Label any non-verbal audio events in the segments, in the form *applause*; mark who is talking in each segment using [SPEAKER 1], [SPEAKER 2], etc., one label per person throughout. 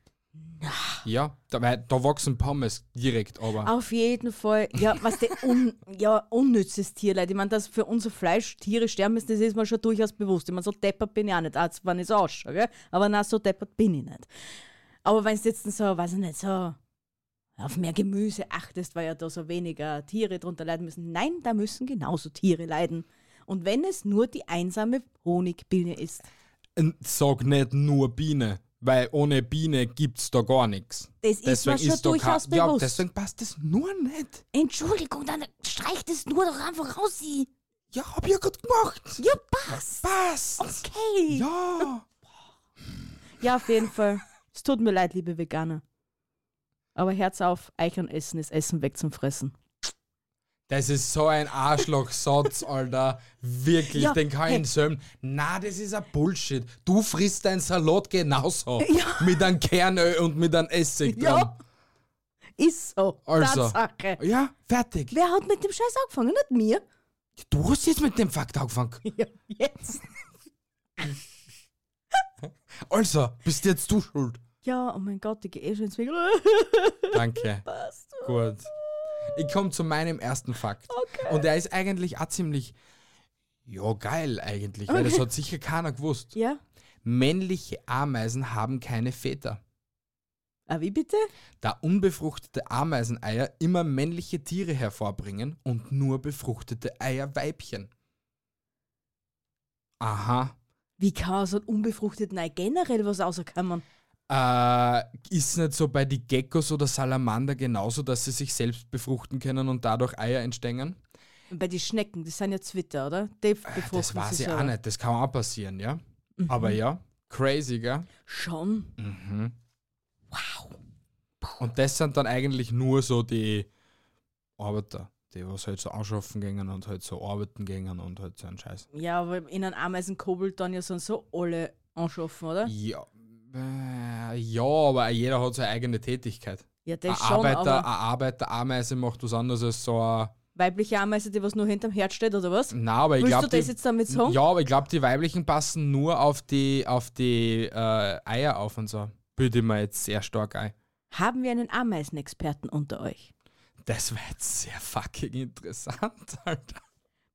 [SPEAKER 1] Ja, da, weil da wachsen Pommes direkt, aber.
[SPEAKER 2] Auf jeden Fall, ja, was der un, ja, unnützes Tierleid. Ich meine, dass für unser Fleisch Tiere sterben müssen, das ist mir schon durchaus bewusst. Ich meine, so deppert bin ich auch nicht, als wenn ich so ausschaue, gell? aber nein, so deppert bin ich nicht. Aber wenn du jetzt so, weiß ich nicht, so auf mehr Gemüse achtest, weil ja da so weniger Tiere drunter leiden müssen. Nein, da müssen genauso Tiere leiden. Und wenn es nur die einsame Honigbiene ist.
[SPEAKER 1] N- Sag nicht nur Biene, weil ohne Biene gibt's da gar nichts.
[SPEAKER 2] Das ist mir schon durchaus
[SPEAKER 1] Ja,
[SPEAKER 2] bewusst.
[SPEAKER 1] deswegen passt das nur nicht.
[SPEAKER 2] Entschuldigung, dann streicht es nur doch einfach raus, sie.
[SPEAKER 1] Ja, hab ich ja gut gemacht.
[SPEAKER 2] Ja, passt.
[SPEAKER 1] Passt.
[SPEAKER 2] Okay. Ja.
[SPEAKER 1] Ja.
[SPEAKER 2] auf jeden Fall. Es tut mir leid, liebe Veganer. Aber Herz auf, Eichern essen ist Essen weg zum Fressen.
[SPEAKER 1] Das ist so ein
[SPEAKER 2] *laughs*
[SPEAKER 1] Arschlochsatz, Alter. Wirklich,
[SPEAKER 2] Ja,
[SPEAKER 1] den kann ich
[SPEAKER 2] hey.
[SPEAKER 1] hey. sömmen. Na, das ist ein Bullshit. Du frisst deinen Salat genauso.
[SPEAKER 2] *laughs* Ja.
[SPEAKER 1] Mit einem Kernöl und mit einem Essig dran.
[SPEAKER 2] Ja. Ist so.
[SPEAKER 1] Also.
[SPEAKER 2] Tatsache.
[SPEAKER 1] Ja, fertig.
[SPEAKER 2] Wer hat mit dem Scheiß angefangen? Nicht mir.
[SPEAKER 1] Du hast jetzt mit dem Fakt angefangen.
[SPEAKER 2] Ja, jetzt.
[SPEAKER 1] Also, bist jetzt du schuld. Ja,
[SPEAKER 2] Oh mein Gott, ich gehe eh schon
[SPEAKER 1] *laughs*
[SPEAKER 2] ins Winkel.
[SPEAKER 1] danke. Gut. Ich komme zu meinem ersten Fakt. Und der ist eigentlich auch ziemlich, ja geil eigentlich, weil das hat sicher keiner gewusst.
[SPEAKER 2] Ja?
[SPEAKER 1] Männliche Ameisen haben keine Väter.
[SPEAKER 2] Ah, wie bitte?
[SPEAKER 1] Da unbefruchtete Ameiseneier immer männliche Tiere hervorbringen und nur befruchtete Eier Weibchen. Aha.
[SPEAKER 2] Wie kann aus einem unbefruchteten Ei generell was rauskommen?
[SPEAKER 1] Äh, ist nicht so bei die Geckos oder Salamander genauso, dass sie sich selbst befruchten können und dadurch Eier entstehen?
[SPEAKER 2] Und bei den Schnecken, das sind ja Zwitter, oder? Die befruchten
[SPEAKER 1] Äh, Das weiß
[SPEAKER 2] sich
[SPEAKER 1] ich auch
[SPEAKER 2] selber.
[SPEAKER 1] nicht, das kann auch passieren, ja?
[SPEAKER 2] Mhm.
[SPEAKER 1] Aber ja, crazy, gell?
[SPEAKER 2] Schon.
[SPEAKER 1] Und das sind dann eigentlich nur so die Arbeiter, die was halt so anschaffen gingen und halt so arbeiten gingen und halt so einen Scheiß.
[SPEAKER 2] Ja, aber in einem Ameisenkobel dann ja sind so alle anschaffen, oder?
[SPEAKER 1] Ja, äh, ja, aber jeder hat seine eigene Tätigkeit.
[SPEAKER 2] Ja,
[SPEAKER 1] Ein
[SPEAKER 2] das schon,
[SPEAKER 1] Arbeiter, eine
[SPEAKER 2] aber
[SPEAKER 1] Arbeiterameise macht was anderes als so ein.
[SPEAKER 2] weibliche Ameise, die was nur hinterm Herd steht, oder was?
[SPEAKER 1] Na, aber ich
[SPEAKER 2] Willst
[SPEAKER 1] glaube.
[SPEAKER 2] du das jetzt damit sagen?
[SPEAKER 1] Ja, aber ich glaube, die weiblichen passen nur auf die, auf die äh, Eier auf und so. Bilde ich mir jetzt sehr stark ein.
[SPEAKER 2] Haben wir einen Ameisenexperten unter euch?
[SPEAKER 1] Das war jetzt sehr fucking interessant, *laughs* Alter.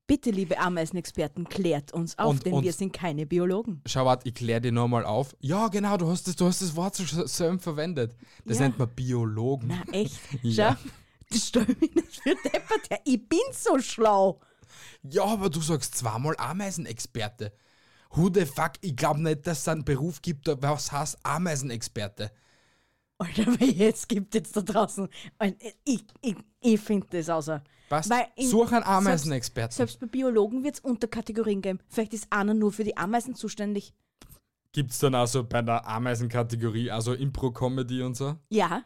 [SPEAKER 2] Bitte, liebe Ameisenexperten, klärt uns auf,
[SPEAKER 1] Und-
[SPEAKER 2] denn
[SPEAKER 1] und-
[SPEAKER 2] wir sind keine Biologen.
[SPEAKER 1] Schau, warte, ich kläre dir nochmal auf. Ja, genau, du hast das, du hast das Wort so schön verwendet. Das
[SPEAKER 2] Ja.
[SPEAKER 1] nennt man Biologen.
[SPEAKER 2] Na echt?
[SPEAKER 1] *laughs* Ja.
[SPEAKER 2] Schau, das stell mich nicht für deppert her. Ich bin so schlau.
[SPEAKER 1] Ja, aber du sagst zweimal Ameisenexperte. Who the fuck? Ich glaube nicht, dass es einen Beruf gibt, der was heißt Ameisenexperte.
[SPEAKER 2] Alter, weil jetzt gibt jetzt da draußen. Ein- Ich, ich, ich finde das außer.
[SPEAKER 1] Was?
[SPEAKER 2] Weil in-
[SPEAKER 1] Such einen
[SPEAKER 2] selbst-
[SPEAKER 1] Ameisenexperten.
[SPEAKER 2] Selbst bei Biologen wird es Unterkategorien geben. Vielleicht ist einer nur für die Ameisen zuständig.
[SPEAKER 1] Gibt es dann also bei der Ameisenkategorie, also Impro-Comedy und so?
[SPEAKER 2] Ja,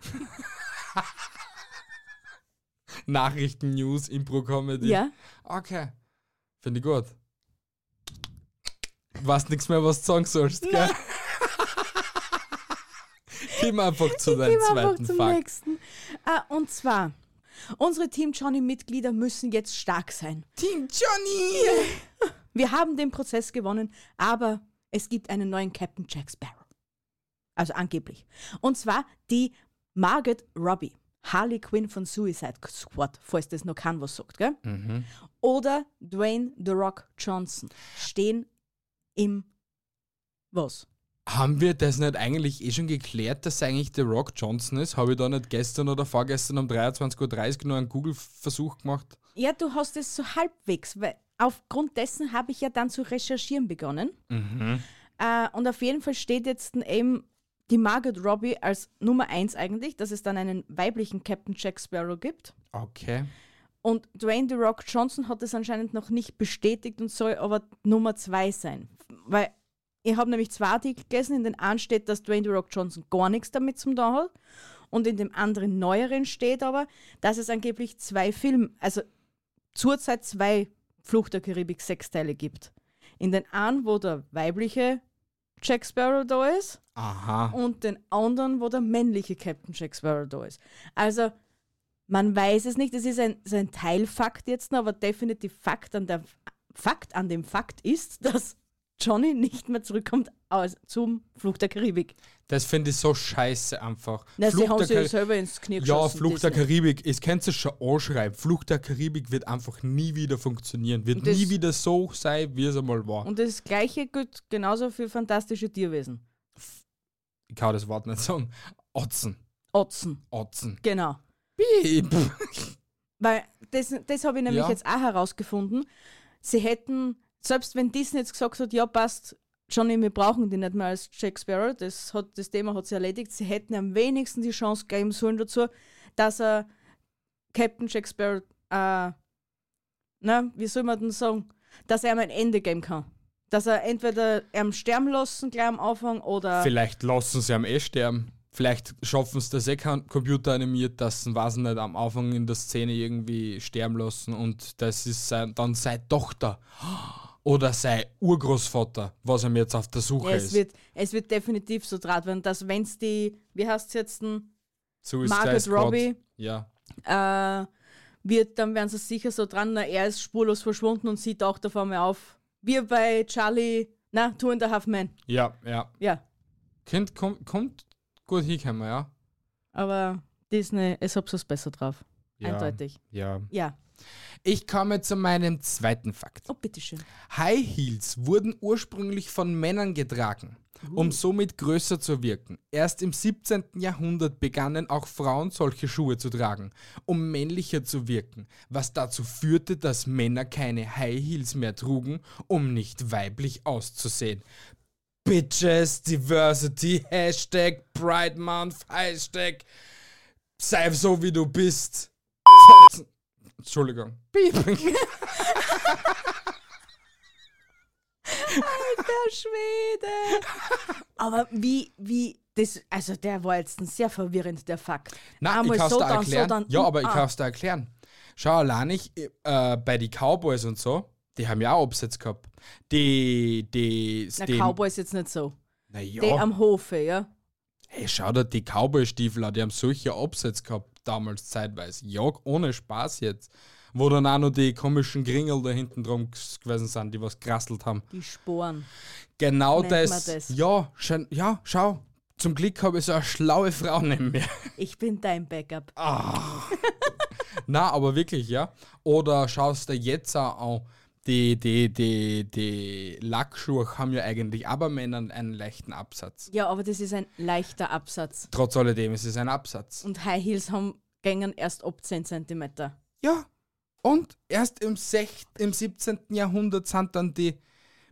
[SPEAKER 1] Nachrichten, News, Impro-Comedy?
[SPEAKER 2] ja.
[SPEAKER 1] Okay. Finde ich gut. Du weißt nichts mehr, was du sagen sollst, *laughs* gell? Gehen wir einfach zu
[SPEAKER 2] *laughs* Gehen
[SPEAKER 1] deinem
[SPEAKER 2] wir einfach
[SPEAKER 1] zweiten
[SPEAKER 2] zum
[SPEAKER 1] Fakt.
[SPEAKER 2] nächsten. Ah, und zwar, unsere Team Johnny-Mitglieder müssen jetzt stark sein.
[SPEAKER 1] Team Johnny!
[SPEAKER 2] Wir haben den Prozess gewonnen, aber es gibt einen neuen Captain Jack Sparrow. Also angeblich. Und zwar die Margaret Robbie, Harley Quinn von Suicide Squad, falls das noch kann, was sagt, gell?
[SPEAKER 1] Mhm.
[SPEAKER 2] Oder Dwayne The Rock Johnson stehen im was?
[SPEAKER 1] Haben wir das nicht eigentlich eh schon geklärt, dass eigentlich The Rock Johnson ist? Habe ich da nicht gestern oder vorgestern um 23.30 Uhr noch einen Google-Versuch gemacht?
[SPEAKER 2] Ja, du hast es so halbwegs, weil aufgrund dessen habe ich ja dann zu recherchieren begonnen. Äh, und auf jeden Fall steht jetzt eben die Margaret Robbie als Nummer eins eigentlich, dass es dann einen weiblichen Captain Jack Sparrow gibt.
[SPEAKER 1] Okay.
[SPEAKER 2] Und Dwayne The Rock Johnson hat es anscheinend noch nicht bestätigt und soll aber Nummer zwei sein. Weil ich habe nämlich zwei Artikel gelesen, in den einen steht, dass Dwayne The Rock Johnson gar nichts damit zum tun hat. Und in dem anderen neueren steht aber, dass es angeblich zwei Filme, also zurzeit zwei Flucht der Karibik Sechsteile gibt. In den einen, wo der weibliche Jack Sparrow da ist
[SPEAKER 1] Aha.
[SPEAKER 2] und den anderen, wo der männliche Captain Jack Sparrow da ist. Also, man weiß es nicht, es ist ein, so ein Teilfakt jetzt noch, aber definitiv Fakt an, der, Fakt an dem Fakt ist, *laughs* dass Johnny nicht mehr zurückkommt aus, zum Fluch der Karibik.
[SPEAKER 1] Das finde ich so scheiße einfach.
[SPEAKER 2] Na, sie
[SPEAKER 1] Fluch
[SPEAKER 2] haben
[SPEAKER 1] der
[SPEAKER 2] sich ja
[SPEAKER 1] Kar-
[SPEAKER 2] selber ins Knie
[SPEAKER 1] Ja,
[SPEAKER 2] geschossen.
[SPEAKER 1] Fluch der
[SPEAKER 2] Disney.
[SPEAKER 1] Karibik, es könnt ihr schon anschreiben. Fluch der Karibik wird einfach nie wieder funktionieren. Wird
[SPEAKER 2] Das-
[SPEAKER 1] nie wieder so sein, wie es einmal war.
[SPEAKER 2] Und das Gleiche gilt genauso für fantastische Tierwesen.
[SPEAKER 1] ich kann das Wort nicht sagen. Otzen.
[SPEAKER 2] Otzen,
[SPEAKER 1] Otzen.
[SPEAKER 2] genau.
[SPEAKER 1] Piep.
[SPEAKER 2] Weil das, das habe ich nämlich
[SPEAKER 1] Ja.
[SPEAKER 2] jetzt auch herausgefunden. Sie hätten, selbst wenn Disney jetzt gesagt hat, ja passt, Johnny, wir brauchen die nicht mehr als Jack Sparrow, das, hat, das Thema hat sie erledigt, sie hätten am wenigsten die Chance geben sollen dazu, dass er Captain Jack Sparrow, äh, na, wie soll man denn sagen, dass er ihm ein Ende geben kann. Dass er entweder am sterben lassen gleich am Anfang oder.
[SPEAKER 1] Vielleicht lassen sie am eh sterben. Vielleicht schaffen sie das eh kann- computeranimiert, dass sie, weiß ich nicht, am Anfang in der Szene irgendwie sterben lassen und das ist sein, dann seine Tochter oder sein Urgroßvater, was ihm jetzt auf der Suche
[SPEAKER 2] es,
[SPEAKER 1] ist.
[SPEAKER 2] wird, es wird definitiv so draht werden, dass wenn es die, wie heißt es jetzt, denn,
[SPEAKER 1] Suicide
[SPEAKER 2] Margot
[SPEAKER 1] Squad.
[SPEAKER 2] Robbie.
[SPEAKER 1] Ja.
[SPEAKER 2] äh, wird, dann werden sie sicher so dran, na, er ist spurlos verschwunden und sie taucht auf einmal auf. Wir bei Charlie, na, Two and a Half Men.
[SPEAKER 1] Ja, ja.
[SPEAKER 2] Ja,
[SPEAKER 1] Kind kommt, kommt gut hinkommen, ja.
[SPEAKER 2] aber Disney, es hab's was besser drauf.
[SPEAKER 1] ja.
[SPEAKER 2] Eindeutig.
[SPEAKER 1] Ja.
[SPEAKER 2] Ja.
[SPEAKER 1] Ich komme zu meinem zweiten Fakt.
[SPEAKER 2] Oh,
[SPEAKER 1] *laughs*
[SPEAKER 2] bitteschön.
[SPEAKER 1] High Heels wurden ursprünglich von Männern getragen, um somit größer zu wirken. Erst im 17. Jahrhundert begannen auch Frauen solche Schuhe zu tragen, um männlicher zu wirken, was dazu führte, dass Männer keine High Heels mehr trugen, um nicht weiblich auszusehen. Bitches, Diversity, Hashtag Pride Month, Hashtag Sei so wie du bist. *laughs* Entschuldigung. Piep.
[SPEAKER 2] Der Schwede! aber wie, wie, das, also der war jetzt ein sehr verwirrend, der Fakt.
[SPEAKER 1] Nein,
[SPEAKER 2] Einmal
[SPEAKER 1] ich kann es
[SPEAKER 2] so,
[SPEAKER 1] dir
[SPEAKER 2] dann so,
[SPEAKER 1] erklären.
[SPEAKER 2] dann-
[SPEAKER 1] ja, aber ich
[SPEAKER 2] Ah.
[SPEAKER 1] kann es dir erklären. Schau, allein ich, äh, bei den Cowboys und so, die haben ja auch Absatz gehabt. Die, die,
[SPEAKER 2] Na,
[SPEAKER 1] den-
[SPEAKER 2] Cowboy ist jetzt nicht so.
[SPEAKER 1] na
[SPEAKER 2] Die
[SPEAKER 1] ja,
[SPEAKER 2] am Hofe, ja.
[SPEAKER 1] hey, schau dir die Cowboy-Stiefel an, die haben solche Absätze gehabt, damals zeitweise. Ja, ohne Spaß jetzt. Wo dann auch noch die komischen Kringel da hinten drum ges- gewesen sind, die was gerasselt haben.
[SPEAKER 2] Die Sporen.
[SPEAKER 1] Genau
[SPEAKER 2] Nennt man
[SPEAKER 1] das.
[SPEAKER 2] das?
[SPEAKER 1] Ja, schön, ja, schau. Zum Glück habe ich so eine schlaue Frau neben mir.
[SPEAKER 2] Ich bin dein Backup.
[SPEAKER 1] Na, aber wirklich, ja. Oder schaust du jetzt auch an, die, die, die, die Lackschuhe haben ja eigentlich aber Männern einen leichten Absatz.
[SPEAKER 2] Ja, aber das ist ein leichter Absatz.
[SPEAKER 1] Trotz alledem ist es ein Absatz.
[SPEAKER 2] Und High Heels haben gängen erst ab 10 cm.
[SPEAKER 1] Ja. Und erst im, sech im 17. Jahrhundert sind dann die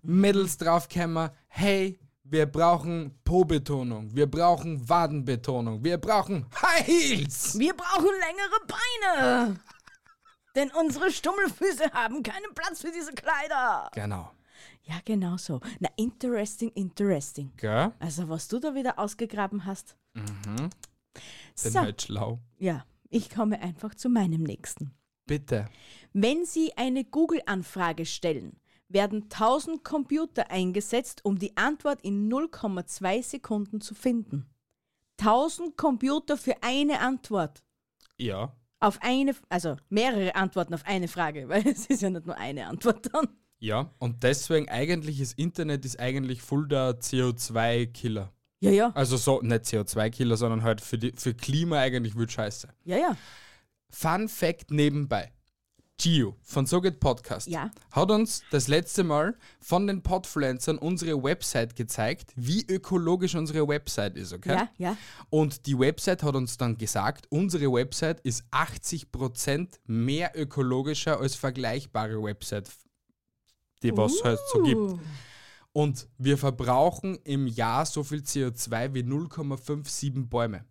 [SPEAKER 1] Mädels draufgekommen, hey, wir brauchen Po-Betonung, wir brauchen Wadenbetonung, wir brauchen High Heels.
[SPEAKER 2] Wir brauchen längere Beine! Denn unsere Stummelfüße haben keinen Platz für diese Kleider.
[SPEAKER 1] Genau.
[SPEAKER 2] Ja, genau so. Na, interesting, interesting.
[SPEAKER 1] Gell?
[SPEAKER 2] Also, was du da wieder ausgegraben hast. Mhm.
[SPEAKER 1] Bin
[SPEAKER 2] So,
[SPEAKER 1] halt schlau.
[SPEAKER 2] ja, ich komme einfach zu meinem nächsten.
[SPEAKER 1] Bitte.
[SPEAKER 2] Wenn Sie eine Google-Anfrage stellen, werden 1000 Computer eingesetzt, um die Antwort in 0,2 Sekunden zu finden. 1000 Computer für eine Antwort.
[SPEAKER 1] Ja.
[SPEAKER 2] Auf eine, also mehrere Antworten auf eine Frage, *laughs* weil es ist ja nicht nur eine Antwort dann.
[SPEAKER 1] Ja, und deswegen eigentlich das Internet ist eigentlich voll der CO2-Killer.
[SPEAKER 2] Ja, ja,
[SPEAKER 1] Also so, nicht CO2-Killer, sondern halt für, die, für Klima eigentlich wird scheiße.
[SPEAKER 2] ja, ja.
[SPEAKER 1] Fun Fact nebenbei. Gio von So geht Podcast
[SPEAKER 2] Ja.
[SPEAKER 1] hat uns das letzte Mal von den Podfluencern unsere Website gezeigt, wie ökologisch unsere Website ist, okay?
[SPEAKER 2] Ja, ja.
[SPEAKER 1] Und die Website hat uns dann gesagt, unsere Website ist 80% mehr ökologischer als vergleichbare Website, die was es halt so gibt.
[SPEAKER 2] Uh,
[SPEAKER 1] Und wir verbrauchen im Jahr so viel CO2 wie 0,57 Bäume.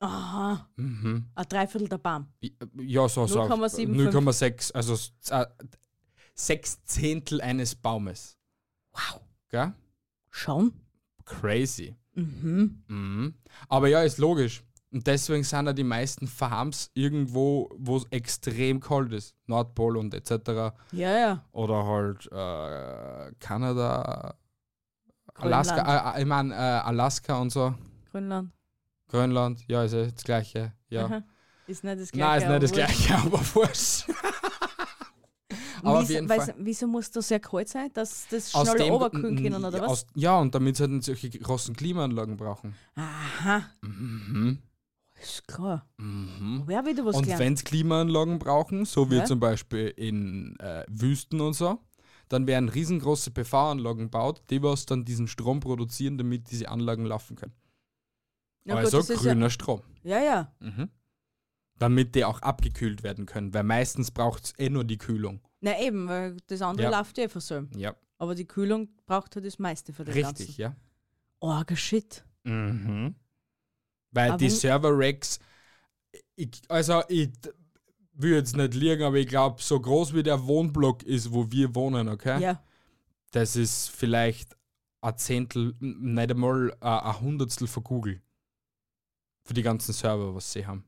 [SPEAKER 2] Aha,
[SPEAKER 1] Mhm.
[SPEAKER 2] ein Dreiviertel der Baum.
[SPEAKER 1] äh, Ja, so, so.
[SPEAKER 2] 0,75.
[SPEAKER 1] 0,6, also s- äh, sechs Zehntel eines Baumes.
[SPEAKER 2] Wow.
[SPEAKER 1] Gell?
[SPEAKER 2] Schon?
[SPEAKER 1] Crazy.
[SPEAKER 2] Mhm.
[SPEAKER 1] Mhm. Aber ja, ist logisch. Und deswegen sind ja die meisten Farms irgendwo, wo es extrem kalt ist. Nordpol und etc.
[SPEAKER 2] Ja, ja.
[SPEAKER 1] Oder halt äh, Kanada, Alaska, äh, äh, ich meine äh, Alaska und so.
[SPEAKER 2] Grönland.
[SPEAKER 1] Grönland, ja, ist ja das gleiche. Ja.
[SPEAKER 2] Aha. Ist nicht das gleiche.
[SPEAKER 1] Nein, ist nicht das
[SPEAKER 2] aber wurscht.
[SPEAKER 1] gleiche, *laughs* aber wurscht. aber auf
[SPEAKER 2] Wieso-
[SPEAKER 1] jeden
[SPEAKER 2] weiß-
[SPEAKER 1] Fall.
[SPEAKER 2] Wieso muss das sehr kalt sein, dass das schnell runterkühlen können, oder was?
[SPEAKER 1] aus, ja, und damit sie halt nicht solche großen Klimaanlagen brauchen.
[SPEAKER 2] Aha.
[SPEAKER 1] Mhm,
[SPEAKER 2] Ist klar. Wer wieder was
[SPEAKER 1] Und
[SPEAKER 2] gelernt?
[SPEAKER 1] wenn es Klimaanlagen brauchen, so wie
[SPEAKER 2] Ja.
[SPEAKER 1] zum Beispiel in äh, Wüsten und so, dann werden riesengroße PV-Anlagen gebaut, die was dann diesen Strom produzieren, damit diese Anlagen laufen können.
[SPEAKER 2] Ja, gut,
[SPEAKER 1] also
[SPEAKER 2] das ist
[SPEAKER 1] grüner Strom.
[SPEAKER 2] Ja, ja. ja.
[SPEAKER 1] Damit die auch abgekühlt werden können, weil meistens braucht es eh nur die Kühlung.
[SPEAKER 2] Na eben, weil das andere
[SPEAKER 1] Ja.
[SPEAKER 2] läuft ja eh versäumt.
[SPEAKER 1] Ja,
[SPEAKER 2] Aber die Kühlung braucht halt das meiste für den
[SPEAKER 1] richtig,
[SPEAKER 2] Ganzen.
[SPEAKER 1] ja.
[SPEAKER 2] Orge Shit.
[SPEAKER 1] Mhm. Weil
[SPEAKER 2] Aber
[SPEAKER 1] die
[SPEAKER 2] wo-
[SPEAKER 1] Server-Racks, ich, also ich, will jetzt nicht liegen, aber ich glaube, so groß wie der Wohnblock ist, wo wir wohnen, okay?
[SPEAKER 2] Ja.
[SPEAKER 1] Das ist vielleicht ein Zehntel, n- nicht einmal äh, ein Hundertstel von Google. Für die ganzen Server, was sie haben.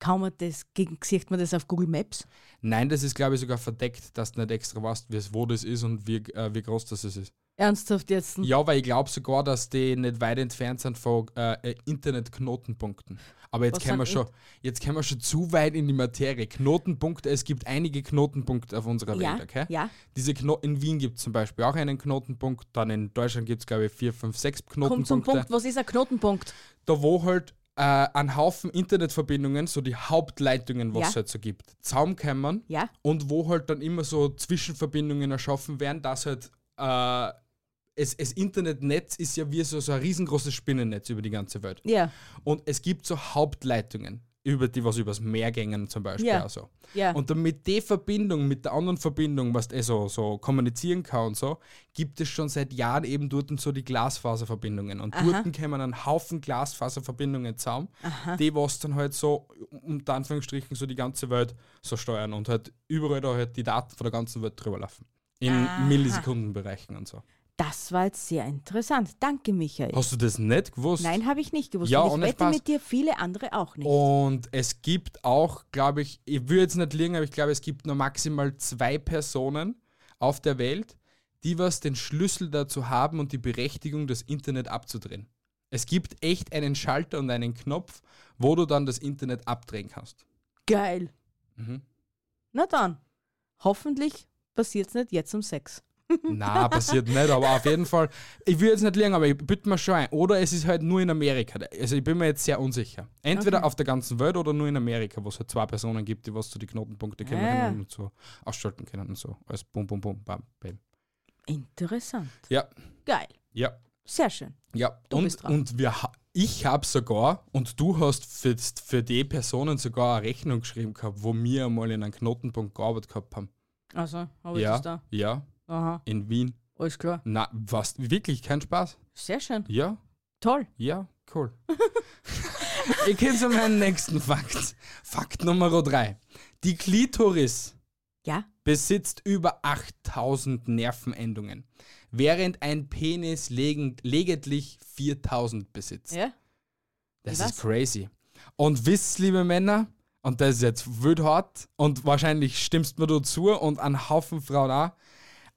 [SPEAKER 2] Kann man das, gegen- sieht man das auf Google Maps?
[SPEAKER 1] Nein, das ist, glaube ich, sogar verdeckt, dass du nicht extra weißt, wie es- wo das ist und wie, äh, wie groß das es ist.
[SPEAKER 2] Ernsthaft jetzt?
[SPEAKER 1] Ja, weil ich glaube sogar, dass die nicht weit entfernt sind von äh, äh, Internetknotenpunkten. Aber jetzt
[SPEAKER 2] Was
[SPEAKER 1] können, wir
[SPEAKER 2] sind
[SPEAKER 1] schon, jetzt können wir schon zu weit in die Materie. Knotenpunkte, es gibt einige Knotenpunkte auf unserer
[SPEAKER 2] Ja,
[SPEAKER 1] Welt, okay?
[SPEAKER 2] ja.
[SPEAKER 1] Diese Kno in Wien gibt es zum Beispiel auch einen Knotenpunkt, dann in Deutschland gibt es, glaube ich, vier, fünf, sechs
[SPEAKER 2] Komm zum
[SPEAKER 1] Knotenpunkte.
[SPEAKER 2] Punkt, was ist ein Knotenpunkt?
[SPEAKER 1] Da wo halt äh, ein Haufen Internetverbindungen, so die Hauptleitungen, was
[SPEAKER 2] Ja.
[SPEAKER 1] es halt so gibt, Zaumkämmern
[SPEAKER 2] Ja.
[SPEAKER 1] und wo halt dann immer so Zwischenverbindungen erschaffen werden, dass halt äh, es, es Internetnetz ist ja wie so, so ein riesengroßes Spinnennetz über die ganze Welt.
[SPEAKER 2] Ja,
[SPEAKER 1] Und es gibt so Hauptleitungen, über die was übers Meer gängen zum Beispiel.
[SPEAKER 2] Ja.
[SPEAKER 1] Also.
[SPEAKER 2] ja.
[SPEAKER 1] Und damit die Verbindung mit der anderen Verbindung, was eh so, so kommunizieren kann und so, gibt es schon seit Jahren eben dort so die Glasfaserverbindungen. Und dort kommen einen Haufen Glasfaserverbindungen zusammen, die was dann halt so, unter Anführungsstrichen, so die ganze Welt so steuern und halt überall da halt die Daten von der ganzen Welt drüber laufen. In Millisekundenbereichen und so.
[SPEAKER 2] das war jetzt sehr interessant. Danke, Michael.
[SPEAKER 1] Hast du das nicht gewusst?
[SPEAKER 2] Nein, habe ich nicht gewusst.
[SPEAKER 1] Ja,
[SPEAKER 2] und ich
[SPEAKER 1] ohne
[SPEAKER 2] wette
[SPEAKER 1] Spaß.
[SPEAKER 2] mit dir viele andere auch nicht.
[SPEAKER 1] Und es gibt auch, glaube ich, ich würde jetzt nicht liegen, aber ich glaube, es gibt nur maximal zwei Personen auf der Welt, die was den Schlüssel dazu haben und die Berechtigung, das Internet abzudrehen. Es gibt echt einen Schalter und einen Knopf, wo du dann das Internet abdrehen kannst.
[SPEAKER 2] Geil.
[SPEAKER 1] Mhm.
[SPEAKER 2] Na dann, hoffentlich passiert es nicht jetzt um sechs.
[SPEAKER 1] Na, passiert nicht, aber auf jeden Fall. Ich würde jetzt nicht liegen, aber ich bitte mir schon ein. Oder es ist halt nur in Amerika. Also ich bin mir jetzt sehr unsicher. Entweder auf der ganzen Welt oder nur in Amerika, wo es halt zwei Personen gibt, die was zu die Knotenpunkte können
[SPEAKER 2] Ah, Ja, ja.
[SPEAKER 1] und so ausschalten können und so. Alles bum, bum, bum, bam, bam.
[SPEAKER 2] Interessant.
[SPEAKER 1] Ja,
[SPEAKER 2] Geil.
[SPEAKER 1] ja,
[SPEAKER 2] Sehr schön.
[SPEAKER 1] ja.
[SPEAKER 2] Du
[SPEAKER 1] und
[SPEAKER 2] bist dran.
[SPEAKER 1] und wir, ha- ich habe sogar, und du hast für, für die Personen sogar eine Rechnung geschrieben gehabt, wo wir einmal in einem Knotenpunkt gearbeitet gehabt haben.
[SPEAKER 2] Also, habe ich das
[SPEAKER 1] ja,
[SPEAKER 2] da.
[SPEAKER 1] ja,
[SPEAKER 2] Aha,
[SPEAKER 1] in Wien.
[SPEAKER 2] alles klar.
[SPEAKER 1] Na, was, wirklich, kein Spaß.
[SPEAKER 2] Sehr schön.
[SPEAKER 1] Ja,
[SPEAKER 2] Toll.
[SPEAKER 1] Ja, cool. *laughs* Wir gehen zu meinem nächsten Fakt. Fakt Nummer 3. Die Klitoris
[SPEAKER 2] Ja,
[SPEAKER 1] besitzt über 8000 Nervenendungen, während ein Penis legen- lediglich 4000 besitzt.
[SPEAKER 2] ja.
[SPEAKER 1] Das
[SPEAKER 2] Was?
[SPEAKER 1] ist crazy. Und wisst, liebe Männer, und das ist jetzt wild hart, und wahrscheinlich stimmst mir dazu und ein Haufen Frauen auch,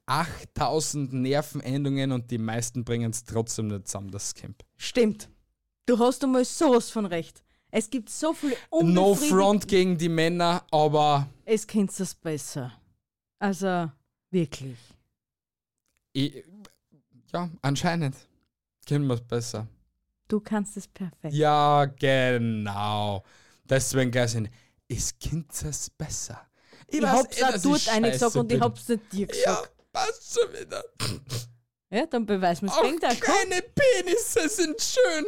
[SPEAKER 1] 8000 Nervenendungen und die meisten bringen es trotzdem nicht zusammen, das Camp.
[SPEAKER 2] Stimmt. Du hast einmal sowas von recht. Es gibt so viele
[SPEAKER 1] No
[SPEAKER 2] unbefriedigte...
[SPEAKER 1] front gegen die Männer, aber
[SPEAKER 2] Es kennt es besser. Also, wirklich.
[SPEAKER 1] ich, ja, anscheinend kennen wir es besser.
[SPEAKER 2] Du kannst es perfekt.
[SPEAKER 1] Ja, genau. Deswegen gleich sind, es kennt es besser.
[SPEAKER 2] ich
[SPEAKER 1] weiß
[SPEAKER 2] hab's
[SPEAKER 1] eh,
[SPEAKER 2] auch
[SPEAKER 1] dass
[SPEAKER 2] dort
[SPEAKER 1] ich
[SPEAKER 2] eine
[SPEAKER 1] scheiße
[SPEAKER 2] gesagt und ich
[SPEAKER 1] bin.
[SPEAKER 2] hab's nicht
[SPEAKER 1] Ja,
[SPEAKER 2] dir gesagt.
[SPEAKER 1] passt schon wieder.
[SPEAKER 2] Ja, dann beweis mir's.
[SPEAKER 1] Auch
[SPEAKER 2] Fängt an. Komm.
[SPEAKER 1] kleine Penisse sind schön.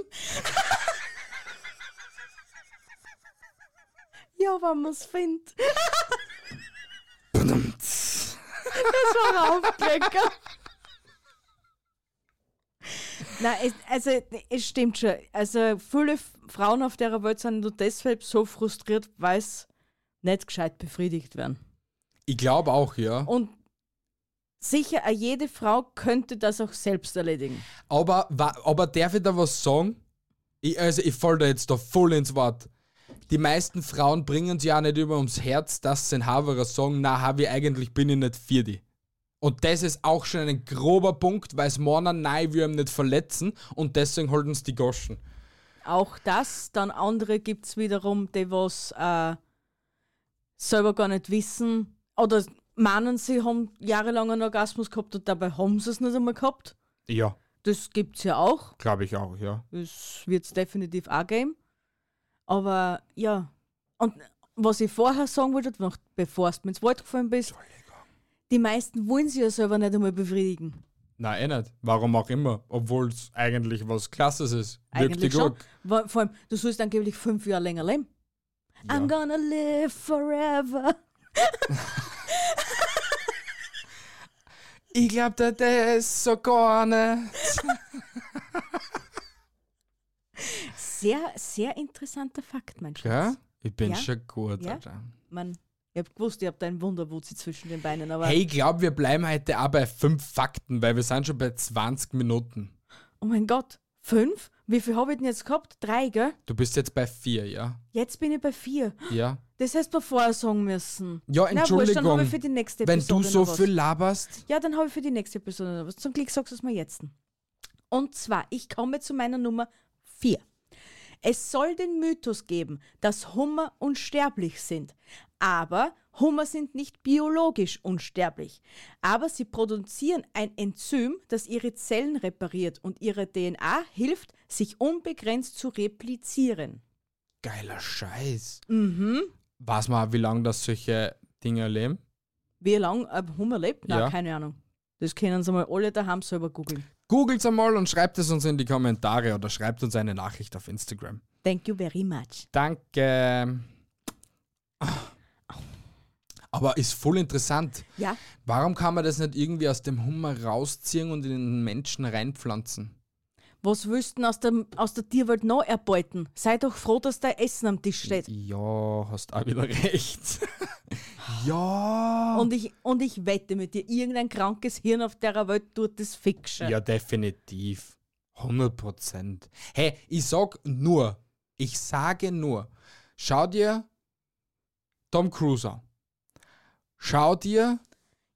[SPEAKER 2] Ja, wenn man's findet. Das war ein Aufklecker. Nein, es, also es stimmt schon. Also viele F- Frauen auf der Welt sind nur deshalb so frustriert, weil sie nicht gescheit befriedigt werden.
[SPEAKER 1] Ich glaube auch, ja.
[SPEAKER 2] Und sicher, auch jede Frau könnte das auch selbst erledigen.
[SPEAKER 1] Aber, wa- aber darf ich da was sagen? Ich, also ich fall da jetzt da voll ins Wort. Die meisten Frauen bringen es ja nicht über ums Herz, dass sie in Haverer sagen, na Havi, eigentlich bin ich nicht für die. Und das ist auch schon ein grober Punkt, weil es Männer nein, wir ihn nicht verletzen und deswegen halten sie die Goschen.
[SPEAKER 2] Auch das, dann andere gibt es wiederum, die was äh, selber gar nicht wissen oder meinen, sie haben jahrelang einen Orgasmus gehabt und dabei haben sie es nicht einmal gehabt.
[SPEAKER 1] Ja,
[SPEAKER 2] Das gibt es ja auch.
[SPEAKER 1] glaube ich auch, ja.
[SPEAKER 2] Das wird es definitiv auch geben. Aber ja, und was ich vorher sagen wollte, noch bevor du mir ins Wald gefallen bist, die meisten wollen sie ja selber nicht einmal befriedigen.
[SPEAKER 1] Nein, eh nicht. Warum auch immer. Obwohl es eigentlich was Klasses ist. Wirklich
[SPEAKER 2] Eigentlich schon.
[SPEAKER 1] gut.
[SPEAKER 2] Wa- Vor allem, du sollst angeblich fünf Jahre länger leben.
[SPEAKER 1] Ja.
[SPEAKER 2] I'm gonna live forever.
[SPEAKER 1] Ich glaube, da das so gar nicht.
[SPEAKER 2] Sehr, sehr interessanter Fakt, mein Schatz.
[SPEAKER 1] Gell? Ich bin
[SPEAKER 2] Ja.
[SPEAKER 1] schon gut,
[SPEAKER 2] Ja.
[SPEAKER 1] Alter.
[SPEAKER 2] Man, Ich hab gewusst, ihr habt einen Wunderwutzi zwischen den Beinen, aber.
[SPEAKER 1] Hey, ich glaube, wir bleiben heute auch bei fünf Fakten, weil wir sind schon bei 20 Minuten.
[SPEAKER 2] Oh mein Gott, fünf? Wie viel habe ich denn jetzt gehabt? Drei, gell?
[SPEAKER 1] Du bist jetzt bei vier, ja?
[SPEAKER 2] Jetzt bin ich bei vier.
[SPEAKER 1] Ja.
[SPEAKER 2] Das hättest du vorher sagen müssen.
[SPEAKER 1] Ja,
[SPEAKER 2] Na, wurscht, dann habe
[SPEAKER 1] Entschuldigung.
[SPEAKER 2] ich für die nächste
[SPEAKER 1] Wenn
[SPEAKER 2] Episode
[SPEAKER 1] du so
[SPEAKER 2] noch was.
[SPEAKER 1] viel laberst,
[SPEAKER 2] Ja, dann habe ich für die nächste Episode noch was. Zum Glück sagst du es mir jetzt. Und zwar, ich komme zu meiner Nummer 4. Es soll den Mythos geben, dass Hummer unsterblich sind. Aber Hummer sind nicht biologisch unsterblich. Aber sie produzieren ein Enzym, das ihre Zellen repariert und ihre DNA hilft, sich unbegrenzt zu replizieren.
[SPEAKER 1] geiler Scheiß.
[SPEAKER 2] Mhm.
[SPEAKER 1] Weiß man auch, wie lange das solche Dinge leben?
[SPEAKER 2] Wie lange ein Hummer lebt? Na,
[SPEAKER 1] Ja.
[SPEAKER 2] keine Ahnung. Das können sie mal alle daheim selber googeln.
[SPEAKER 1] Googelt einmal und schreibt es uns in die Kommentare oder schreibt uns eine Nachricht auf Instagram.
[SPEAKER 2] Thank you very much.
[SPEAKER 1] Danke. Aber ist voll interessant.
[SPEAKER 2] Ja,
[SPEAKER 1] Warum kann man das nicht irgendwie aus dem Hummer rausziehen und in den Menschen reinpflanzen?
[SPEAKER 2] Was willst du denn aus der, aus der Tierwelt noch erbeuten? Sei doch froh, dass dein Essen am Tisch steht.
[SPEAKER 1] Ja, hast auch wieder *laughs* recht. ja.
[SPEAKER 2] Und ich, und ich wette mit dir, irgendein krankes Hirn auf der Welt tut das Fiction.
[SPEAKER 1] Ja, definitiv. 100 Prozent. Hey, ich sag nur, ich sage nur, schau dir Tom Cruise an. Schau dir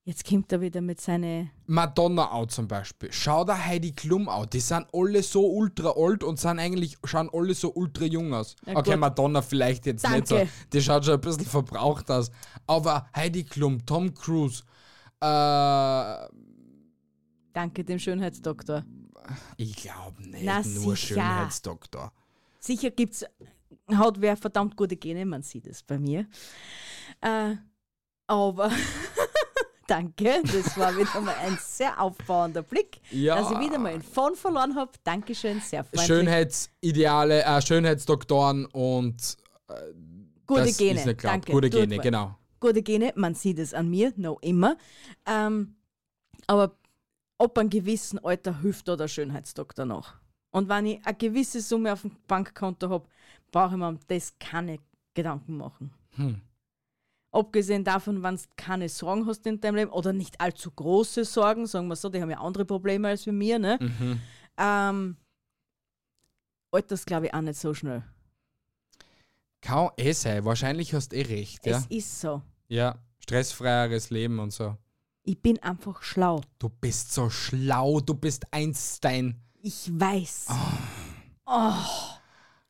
[SPEAKER 2] Jetzt kommt er wieder mit seine.
[SPEAKER 1] Madonna auch zum Beispiel. Schau da Heidi Klum auch. Die sind alle so ultra alt und sind eigentlich, schauen alle so ultra jung aus.
[SPEAKER 2] Ja,
[SPEAKER 1] okay,
[SPEAKER 2] gut.
[SPEAKER 1] Madonna vielleicht jetzt nicht so.
[SPEAKER 2] Danke.
[SPEAKER 1] Die schaut schon ein bisschen verbraucht aus. Aber Heidi Klum, Tom Cruise, äh,
[SPEAKER 2] Danke dem Schönheitsdoktor.
[SPEAKER 1] ich glaube nicht,
[SPEAKER 2] Na,
[SPEAKER 1] nur
[SPEAKER 2] sicher.
[SPEAKER 1] Schönheitsdoktor.
[SPEAKER 2] Sicher gibt's hat wer verdammt gute Gene, man sieht es bei mir. Äh, aber *laughs* danke, das war wieder mal ein sehr aufbauender Blick,
[SPEAKER 1] Ja.
[SPEAKER 2] dass ich wieder mal in Fun verloren habe. Dankeschön, sehr freundlich.
[SPEAKER 1] Schönheitsideale, äh, Schönheitsdoktoren und
[SPEAKER 2] gute
[SPEAKER 1] das
[SPEAKER 2] Gene.
[SPEAKER 1] ist nicht glaubt.
[SPEAKER 2] danke.
[SPEAKER 1] Gute
[SPEAKER 2] Tut
[SPEAKER 1] Gene,
[SPEAKER 2] mir.
[SPEAKER 1] genau.
[SPEAKER 2] gute Gene, man sieht es an mir, noch immer. Ähm, aber ob einem gewissen Alter hilft da der Schönheitsdoktor noch. Und wenn ich eine gewisse Summe auf dem Bankkonto habe, brauche ich mir um das keine Gedanken machen.
[SPEAKER 1] Hm.
[SPEAKER 2] Abgesehen davon, wenn du keine Sorgen hast in deinem Leben oder nicht allzu große Sorgen, sagen wir so, die haben ja andere Probleme als wir mir, ne?
[SPEAKER 1] Mhm.
[SPEAKER 2] Ähm, Alters glaube ich auch nicht so schnell.
[SPEAKER 1] Kann eh sein, wahrscheinlich hast eh recht, ja.
[SPEAKER 2] Es ist so.
[SPEAKER 1] Ja, stressfreieres Leben und so.
[SPEAKER 2] Ich bin einfach schlau.
[SPEAKER 1] Du bist so schlau, du bist Einstein.
[SPEAKER 2] Ich weiß.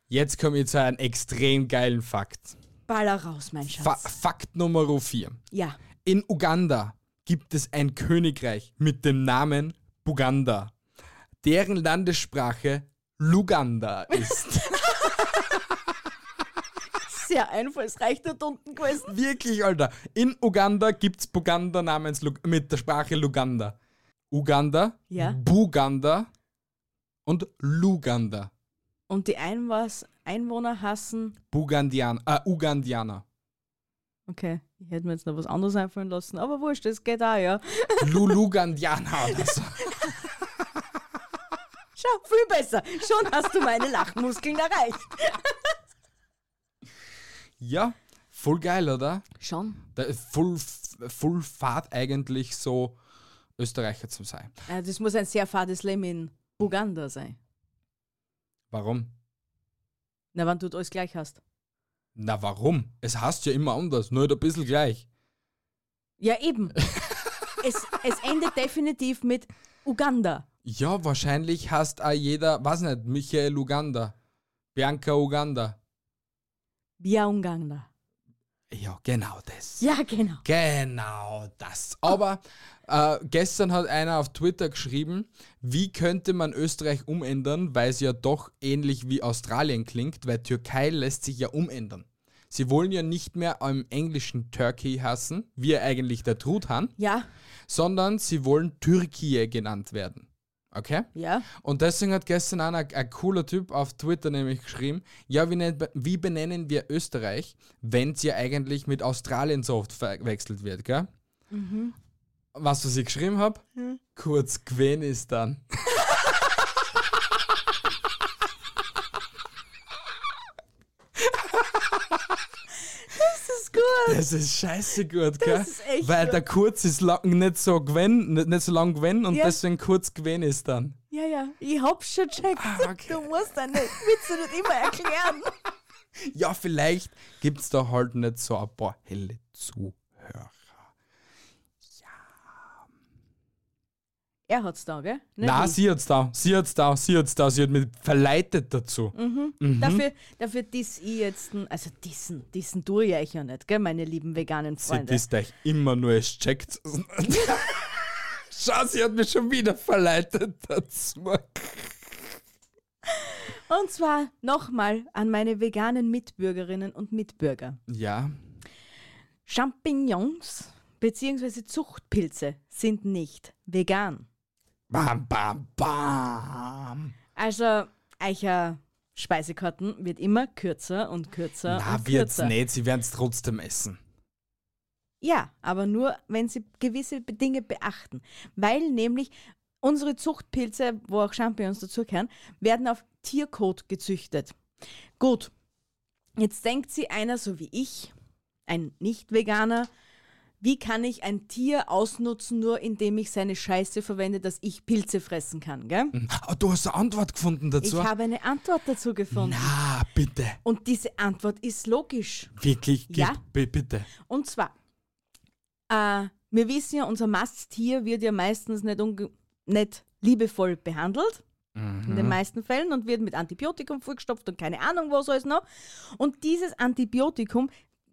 [SPEAKER 1] Jetzt komme ich zu einem extrem geilen Fakt.
[SPEAKER 2] Baller raus, mein Schatz.
[SPEAKER 1] Fa Fakt Nummer 4.
[SPEAKER 2] ja.
[SPEAKER 1] In Uganda gibt es ein Königreich mit dem Namen Buganda, deren Landessprache Luganda ist.
[SPEAKER 2] *laughs* sehr einfallsreich dort unten gewesen.
[SPEAKER 1] Wirklich, Alter. In Uganda gibt's Buganda namens Lu mit der Sprache Luganda. Uganda,
[SPEAKER 2] Ja.
[SPEAKER 1] Buganda und Luganda.
[SPEAKER 2] Und die Einwas Einwohner hassen.
[SPEAKER 1] Bugandian äh,
[SPEAKER 2] *laughs*
[SPEAKER 1] Ugandianer.
[SPEAKER 2] Okay, ich hätte mir jetzt noch was anderes einfallen lassen, aber wurscht, das geht auch, ja.
[SPEAKER 1] Lulugandianer oder so.
[SPEAKER 2] Schau, viel besser. Schon hast du meine Lachmuskeln erreicht.
[SPEAKER 1] Ja, voll geil, oder?
[SPEAKER 2] Schon.
[SPEAKER 1] Da, voll, voll Fahrt eigentlich so Österreicher zu sein.
[SPEAKER 2] Äh, Das muss ein sehr fades Leben in Uganda sein.
[SPEAKER 1] Warum?
[SPEAKER 2] Na, wann du alles gleich hast.
[SPEAKER 1] Na warum? Es heißt ja immer anders, nur halt ein bisschen gleich.
[SPEAKER 2] Ja, eben. es, es endet definitiv mit Uganda.
[SPEAKER 1] Ja, wahrscheinlich heißt auch jeder, weiß nicht, Michael Uganda, Bianca Uganda.
[SPEAKER 2] Via Uganda.
[SPEAKER 1] Ja, genau das.
[SPEAKER 2] Ja, genau.
[SPEAKER 1] Genau das. Aber äh, gestern hat einer auf Twitter geschrieben, wie könnte man Österreich umändern, weil es ja doch ähnlich wie Australien klingt, weil Türkei lässt sich ja umändern. Sie wollen ja nicht mehr im Englischen Turkey hassen, wie er eigentlich der Truthahn,
[SPEAKER 2] Ja,
[SPEAKER 1] sondern sie wollen Türkei genannt werden. Okay?
[SPEAKER 2] ja.
[SPEAKER 1] Und deswegen hat gestern einer, ein cooler Typ auf Twitter nämlich geschrieben, ja, wie, nennt, wie benennen wir Österreich, wenn es ja eigentlich mit Australien so oft verwechselt wird, gell?
[SPEAKER 2] Mhm.
[SPEAKER 1] Was, was ich geschrieben habe? Kurz Gwen ist dann.
[SPEAKER 2] Das ist gut.
[SPEAKER 1] Das ist scheiße gut, gell?
[SPEAKER 2] ist echt
[SPEAKER 1] Weil
[SPEAKER 2] so.
[SPEAKER 1] der kurz ist lang, nicht so Gwen, nicht, nicht so lang Gwen und
[SPEAKER 2] Ja.
[SPEAKER 1] deswegen kurz Gwen ist dann.
[SPEAKER 2] Ja, ja, ich hab's schon checkt.
[SPEAKER 1] Ah, okay.
[SPEAKER 2] Du musst deine Witze nicht immer erklären.
[SPEAKER 1] Ja, vielleicht gibt es da halt nicht so ein paar helle Zuhörer.
[SPEAKER 2] *laughs* Er hat's da, gell? Nicht
[SPEAKER 1] Na,
[SPEAKER 2] ich.
[SPEAKER 1] sie hat's da, sie hat's da, sie hat's da, sie hat mich verleitet dazu. mhm.
[SPEAKER 2] Dafür, dafür diss ich jetzt, n- also dissen, dissen tue ich euch ja nicht, gell, meine lieben veganen
[SPEAKER 1] Sie
[SPEAKER 2] Freunde.
[SPEAKER 1] ist euch immer nur, es checkt. *laughs* Schau, sie hat mich schon wieder verleitet dazu.
[SPEAKER 2] Und zwar nochmal an meine veganen Mitbürgerinnen und Mitbürger.
[SPEAKER 1] Ja,
[SPEAKER 2] Champignons bzw. Zuchtpilze sind nicht vegan.
[SPEAKER 1] bam, bam, bam.
[SPEAKER 2] Also, eicher Speisekarten wird immer kürzer und kürzer
[SPEAKER 1] Na,
[SPEAKER 2] und
[SPEAKER 1] wird's
[SPEAKER 2] kürzer.
[SPEAKER 1] nicht, sie werden's trotzdem essen.
[SPEAKER 2] Ja, aber nur, wenn sie gewisse Be- Dinge beachten. Weil nämlich unsere Zuchtpilze, wo auch Champignons dazugehören, werden auf Tierkot gezüchtet. Gut, jetzt denkt sie einer so wie ich, ein Nicht-Veganer, wie kann ich ein Tier ausnutzen, nur indem ich seine Scheiße verwende, dass ich Pilze fressen kann, gell?
[SPEAKER 1] Ah, du hast eine Antwort gefunden
[SPEAKER 2] Ich
[SPEAKER 1] dazu.
[SPEAKER 2] habe eine Antwort dazu gefunden.
[SPEAKER 1] Na, bitte,
[SPEAKER 2] Und diese Antwort ist logisch.
[SPEAKER 1] wirklich, gib,
[SPEAKER 2] Ja?
[SPEAKER 1] bi- bitte.
[SPEAKER 2] Und zwar, äh, wir wissen ja, unser Masttier wird ja meistens nicht, unge- nicht liebevoll behandelt. In den meisten Fällen und wird mit Antibiotikum vollgestopft und keine Ahnung was alles noch. Und dieses Antibiotikum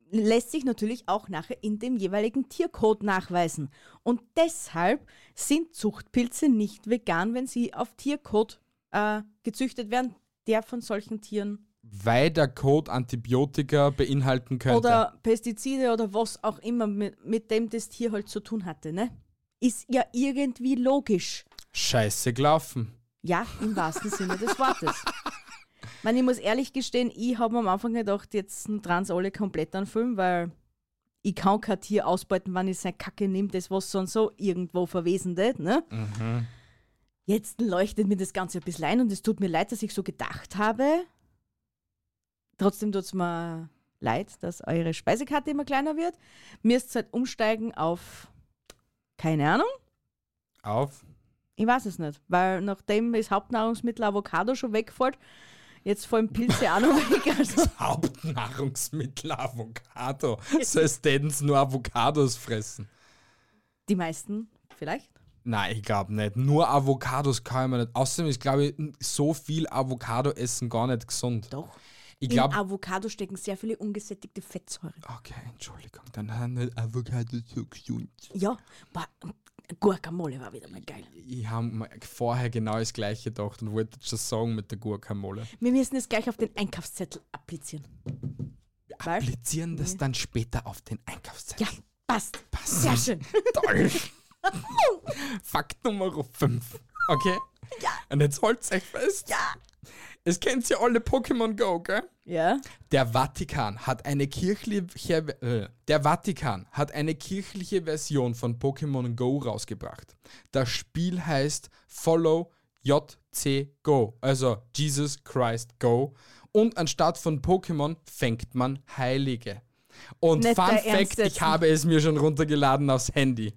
[SPEAKER 2] lässt sich natürlich auch nachher in dem jeweiligen Tiercode nachweisen. Und deshalb sind Zuchtpilze nicht vegan, wenn sie auf Tiercode äh, gezüchtet werden, der von solchen Tieren
[SPEAKER 1] Weil der Code Antibiotika beinhalten könnte.
[SPEAKER 2] oder Pestizide oder was auch immer, mit, mit dem das Tier halt zu tun hatte, ne? Ist ja irgendwie logisch.
[SPEAKER 1] Scheiße gelaufen.
[SPEAKER 2] Ja, im wahrsten Sinne des Wortes. Man, ich muss ehrlich gestehen, ich habe am Anfang gedacht, jetzt trans alle komplett anfüllen, weil ich kann kein Tier ausbeuten, wenn ich seine Kacke nehme, das was sonst so irgendwo verwesendet, ne? Jetzt leuchtet mir das Ganze ein bisschen ein und es tut mir leid, dass ich so gedacht habe. Trotzdem tut es mir leid, dass eure Speisekarte immer kleiner wird. Mir ist halt umsteigen auf keine Ahnung.
[SPEAKER 1] Auf. *laughs*
[SPEAKER 2] Ich weiß es nicht, weil nachdem das Hauptnahrungsmittel Avocado schon wegfällt, jetzt fallen Pilze auch noch weg. Also,
[SPEAKER 1] Hauptnahrungsmittel Avocado. *laughs* Sollst denn nur Avocados fressen?
[SPEAKER 2] die meisten vielleicht.
[SPEAKER 1] Nein, ich glaube nicht. Nur Avocados kann man nicht. Außerdem ist, glaube ich, n- so viel Avocado essen gar nicht gesund.
[SPEAKER 2] Doch.
[SPEAKER 1] Ich
[SPEAKER 2] In
[SPEAKER 1] glaube.
[SPEAKER 2] Avocado stecken sehr viele ungesättigte Fettsäuren.
[SPEAKER 1] Okay, Entschuldigung. Dann haben nicht Avocados so gesund.
[SPEAKER 2] Ja, boah, Guacamole war wieder mal geil.
[SPEAKER 1] Ich habe vorher genau das gleiche gedacht und wollte schon sagen mit der Guacamole.
[SPEAKER 2] Wir müssen es gleich auf den Einkaufszettel applizieren. Weil,
[SPEAKER 1] Applizieren das dann später auf den
[SPEAKER 2] ja,
[SPEAKER 1] Einkaufszettel.
[SPEAKER 2] passt.
[SPEAKER 1] *laughs*
[SPEAKER 2] Sehr schön.
[SPEAKER 1] Toll. Fakt Nummer 5. Okay? Ja. Und jetzt holt's euch fest. Ja. Es kennt ja alle Pokémon Go, gell?
[SPEAKER 2] Ja,
[SPEAKER 1] Der Vatikan hat eine kirchliche äh, Der Vatikan hat eine kirchliche Version von Pokémon Go rausgebracht. Das Spiel heißt Follow JC Go, also Jesus Christ Go und anstatt von Pokémon fängt man Heilige. Und
[SPEAKER 2] Nicht
[SPEAKER 1] Fun
[SPEAKER 2] dein Ernst
[SPEAKER 1] Fact, ich
[SPEAKER 2] jetzt.
[SPEAKER 1] habe es mir schon runtergeladen aufs Handy.